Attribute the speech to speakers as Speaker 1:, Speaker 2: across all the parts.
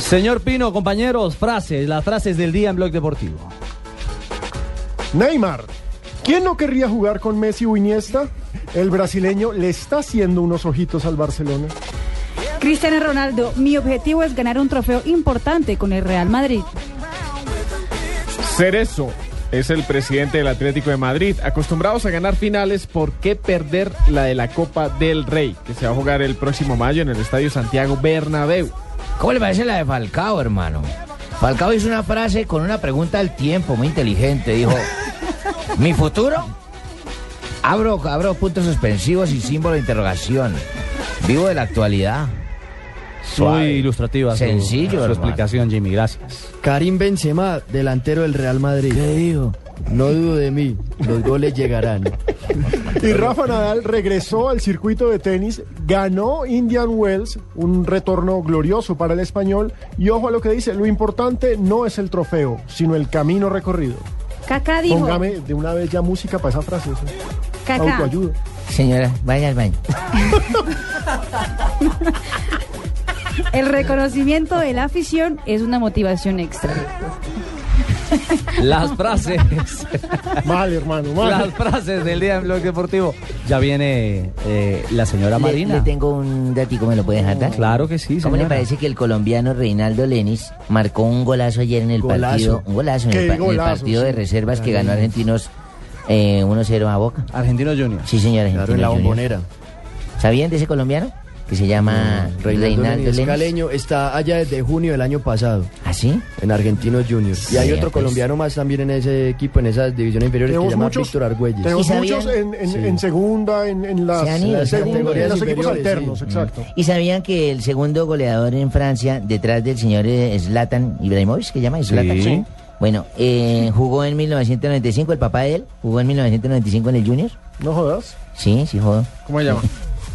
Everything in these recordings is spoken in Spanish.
Speaker 1: Señor Pino, compañeros, frases, las frases del día en Blog Deportivo.
Speaker 2: Neymar. ¿Quién no querría jugar con Messi o Iniesta? El brasileño le está haciendo unos ojitos al Barcelona.
Speaker 3: Cristiano Ronaldo, mi objetivo es ganar un trofeo importante con el Real Madrid.
Speaker 4: Cerezo es el presidente del Atlético de Madrid. Acostumbrados a ganar finales, ¿por qué perder la de la Copa del Rey? Que se va a jugar el próximo mayo en el Estadio Santiago Bernabéu.
Speaker 5: ¿Cómo le parece la de Falcao, hermano? Falcao hizo una frase con una pregunta al tiempo muy inteligente. Dijo, ¿mi futuro? Abro, abro puntos suspensivos y símbolo de interrogación. Vivo de la actualidad.
Speaker 1: Muy
Speaker 5: Suave.
Speaker 1: ilustrativa su-
Speaker 5: Sencillo,
Speaker 1: su,
Speaker 5: hermano.
Speaker 1: explicación, Jimmy. Gracias.
Speaker 6: Karim Benzema, Ah, delantero del Real Madrid.
Speaker 5: ¿Qué digo?
Speaker 6: No dudo de mí, los goles llegarán.
Speaker 2: Y Rafa Nadal regresó al circuito de tenis, ganó Indian Wells, un retorno glorioso para el español. Y ojo a lo que dice, lo importante no es el trofeo, sino el camino recorrido.
Speaker 3: Kaká dijo,
Speaker 2: Póngame de una vez ya música para esa frase. ¿sí?
Speaker 3: Kaká,
Speaker 2: Autoayuda.
Speaker 5: Señora, vaya al baño.
Speaker 3: el reconocimiento de la afición es una motivación extra.
Speaker 1: Las frases,
Speaker 2: Mal, hermano,
Speaker 1: las
Speaker 2: mal.
Speaker 1: frases del día en Blog Deportivo. Ya viene eh, la señora
Speaker 5: Le,
Speaker 1: Marina.
Speaker 5: le tengo un datico, ¿me lo puedes dar?
Speaker 1: Claro que sí,
Speaker 5: ¿Cómo le
Speaker 1: señora.
Speaker 5: parece que el colombiano Reinaldo Lenis marcó un golazo ayer en el
Speaker 6: Golazo.
Speaker 5: partido? Un golazo en
Speaker 2: Qué
Speaker 5: el, pa- en el
Speaker 2: golazo,
Speaker 5: partido de
Speaker 2: sí.
Speaker 5: reservas que ganó Argentinos eh, 1-0 a Boca.
Speaker 1: Argentino Junior.
Speaker 5: Sí, señor,
Speaker 6: Claro,
Speaker 5: Argentinos
Speaker 6: en la
Speaker 5: Juniors.
Speaker 6: bombonera.
Speaker 5: ¿Sabían de ese colombiano? Que se llama Reinaldo,
Speaker 6: Reinaldo
Speaker 5: Lenis.
Speaker 6: Lenis Caleño está allá desde junio del año pasado,
Speaker 5: ¿Ah, sí?
Speaker 6: en Argentinos Juniors. Y hay
Speaker 5: Sí,
Speaker 6: otro
Speaker 5: pues.
Speaker 6: colombiano más también en ese equipo, en esas divisiones inferiores, que se
Speaker 2: Tenemos
Speaker 6: llama
Speaker 2: muchos,
Speaker 6: Víctor Argüelles.
Speaker 2: tenemos
Speaker 5: ¿Y sabían?
Speaker 2: muchos en, en- en segunda, en, en las,
Speaker 5: Se han ido,
Speaker 2: en
Speaker 5: se han ido.
Speaker 2: segunda- en los equipos
Speaker 6: Inferiores,
Speaker 2: alternos,
Speaker 6: sí.
Speaker 2: exacto.
Speaker 5: ¿Y sabían que el segundo goleador en Francia, detrás del señor eh, Zlatan Ibrahimovic, que llama Zlatan?
Speaker 1: Sí.
Speaker 5: Bueno, eh, jugó en 1995, el papá de él jugó en 1995 en el Junior.
Speaker 2: No jodas.
Speaker 5: Sí, sí jugó.
Speaker 4: ¿Cómo se llama?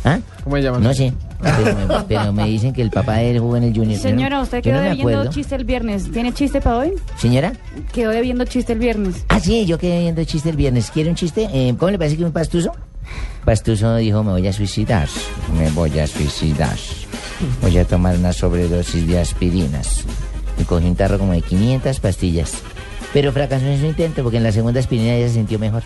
Speaker 5: ¿Ah?
Speaker 4: ¿Cómo se llama?
Speaker 5: No sé. Pero me, pero me dicen que el papá de él jugó en el Junior.
Speaker 3: Señora, usted
Speaker 5: Yo
Speaker 3: quedó
Speaker 5: no me
Speaker 3: debiendo
Speaker 5: acuerdo.
Speaker 3: chiste el viernes. ¿Tiene chiste para hoy?
Speaker 5: Señora.
Speaker 3: Quedó debiendo chiste el viernes.
Speaker 5: Ah, sí, yo quedé viendo chiste el viernes. ¿Quiere un chiste? Eh, ¿Cómo le parece que un pastuso? Pastuso dijo, me voy a suicidar, me voy a suicidar. Voy a tomar una sobredosis de aspirinas. Y cogí un tarro como de 500 pastillas. Pero fracasó en su intento porque en la segunda aspirina ya se sintió mejor.